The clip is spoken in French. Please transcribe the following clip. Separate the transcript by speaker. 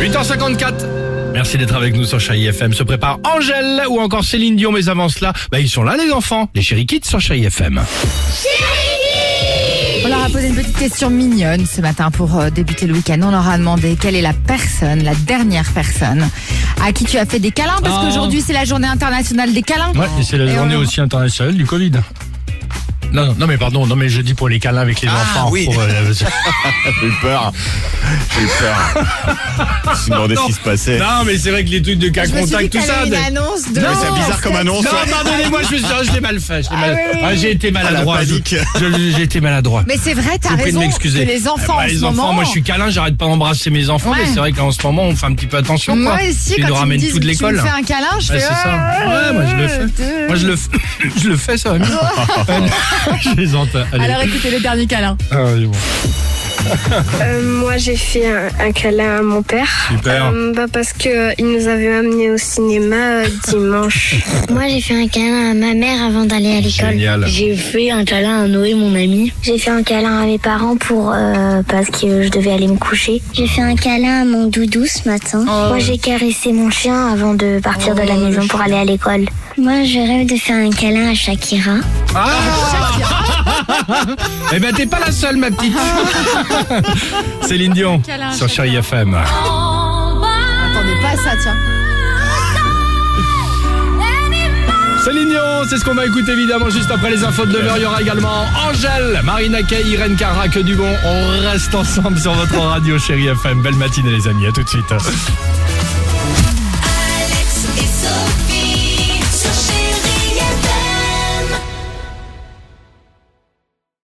Speaker 1: 8h54.
Speaker 2: Merci d'être avec nous sur Chai FM. Se prépare Angèle ou encore Céline Dion, mais avant cela, bah, ils sont là les enfants, les chéri kids sur Chai FM.
Speaker 3: On leur a posé une petite question mignonne ce matin pour euh, débuter le week-end. On leur a demandé quelle est la personne, la dernière personne à qui tu as fait des câlins parce
Speaker 2: Oh.
Speaker 3: qu'aujourd'hui c'est la journée internationale des câlins.
Speaker 2: Ouais, et c'est la
Speaker 3: Et
Speaker 2: journée
Speaker 3: on-
Speaker 2: aussi internationale du Covid. Non, non, non, mais pardon, non, mais je dis pour les câlins avec les
Speaker 3: Ah,
Speaker 2: enfants.
Speaker 4: oui.
Speaker 2: pour, euh,
Speaker 4: J'ai eu peur. J'ai eu peur. Je me suis demandé ce qui se passait.
Speaker 2: non, mais c'est vrai que les trucs de cas
Speaker 3: Je me suis dit
Speaker 2: contact, tout
Speaker 3: qu'elle
Speaker 2: ça.
Speaker 3: avait
Speaker 2: de-
Speaker 3: une annonce de.
Speaker 2: Non,
Speaker 4: Mais c'est bizarre comme annonce.
Speaker 2: Non, pardonnez-moi, je, me suis- ah, je l'ai mal fait. je l'ai mal-
Speaker 3: Ah oui.
Speaker 2: Ah, j'ai été maladroit. je-
Speaker 4: panique.
Speaker 2: je- J'ai été maladroit.
Speaker 3: Mais c'est vrai, t'as
Speaker 2: Je vous prie de
Speaker 3: raison. Que
Speaker 2: m'excuser.
Speaker 3: les enfants
Speaker 2: Eh ben,
Speaker 3: en
Speaker 2: les
Speaker 3: ce
Speaker 2: enfants,
Speaker 3: moment.
Speaker 2: moi je suis câlin, j'arrête pas d'embrasser mes enfants,
Speaker 3: Ouais.
Speaker 2: mais c'est vrai qu'en ce moment on fait un petit peu attention.
Speaker 3: Moi
Speaker 2: quoi.
Speaker 3: aussi,
Speaker 2: Ils nous
Speaker 3: quand ils me
Speaker 2: ramènent
Speaker 3: disent
Speaker 2: tout de
Speaker 3: que tu me
Speaker 2: l'école.
Speaker 3: fais un câlin, je
Speaker 2: Ouais,
Speaker 3: fais.
Speaker 2: c'est ça.
Speaker 3: ah,
Speaker 2: Ouais, moi je le fais.
Speaker 3: deux.
Speaker 2: Moi je le, f- je le fais, ça va mieux. Ouais, je plaisante. Allez.
Speaker 3: Alors écoutez le dernier câlin.
Speaker 2: Ah, oui, bon.
Speaker 5: Euh, moi, j'ai fait un, un câlin à mon père.
Speaker 2: Super.
Speaker 5: Euh, bah, parce que euh, il nous avait amenés au cinéma euh, dimanche.
Speaker 6: Moi, j'ai fait un câlin à ma mère avant d'aller à l'école.
Speaker 3: euh,
Speaker 2: Génial.
Speaker 6: J'ai fait un câlin à Noé, mon ami.
Speaker 7: J'ai fait un câlin à mes parents pour euh, parce que je devais aller me coucher.
Speaker 6: J'ai fait un câlin à mon doudou ce matin.
Speaker 7: Moi j'ai caressé mon chien avant de partir de la maison pour aller à l'école.
Speaker 6: Oh, Moi, je rêve de faire un câlin à Shakira.
Speaker 2: Eh ben t'es pas la seule, ma petite. Céline Dion sur Chérie FM.
Speaker 3: Attendez pas à ça, tiens.
Speaker 2: Céline Dion, c'est ce qu'on va écouter évidemment juste après les infos de 9h. Il y aura également Angèle, Marina Kay, Irène Cara, que du bon. On reste ensemble sur votre radio Chérie FM. Belle matinée les amis, à tout de suite.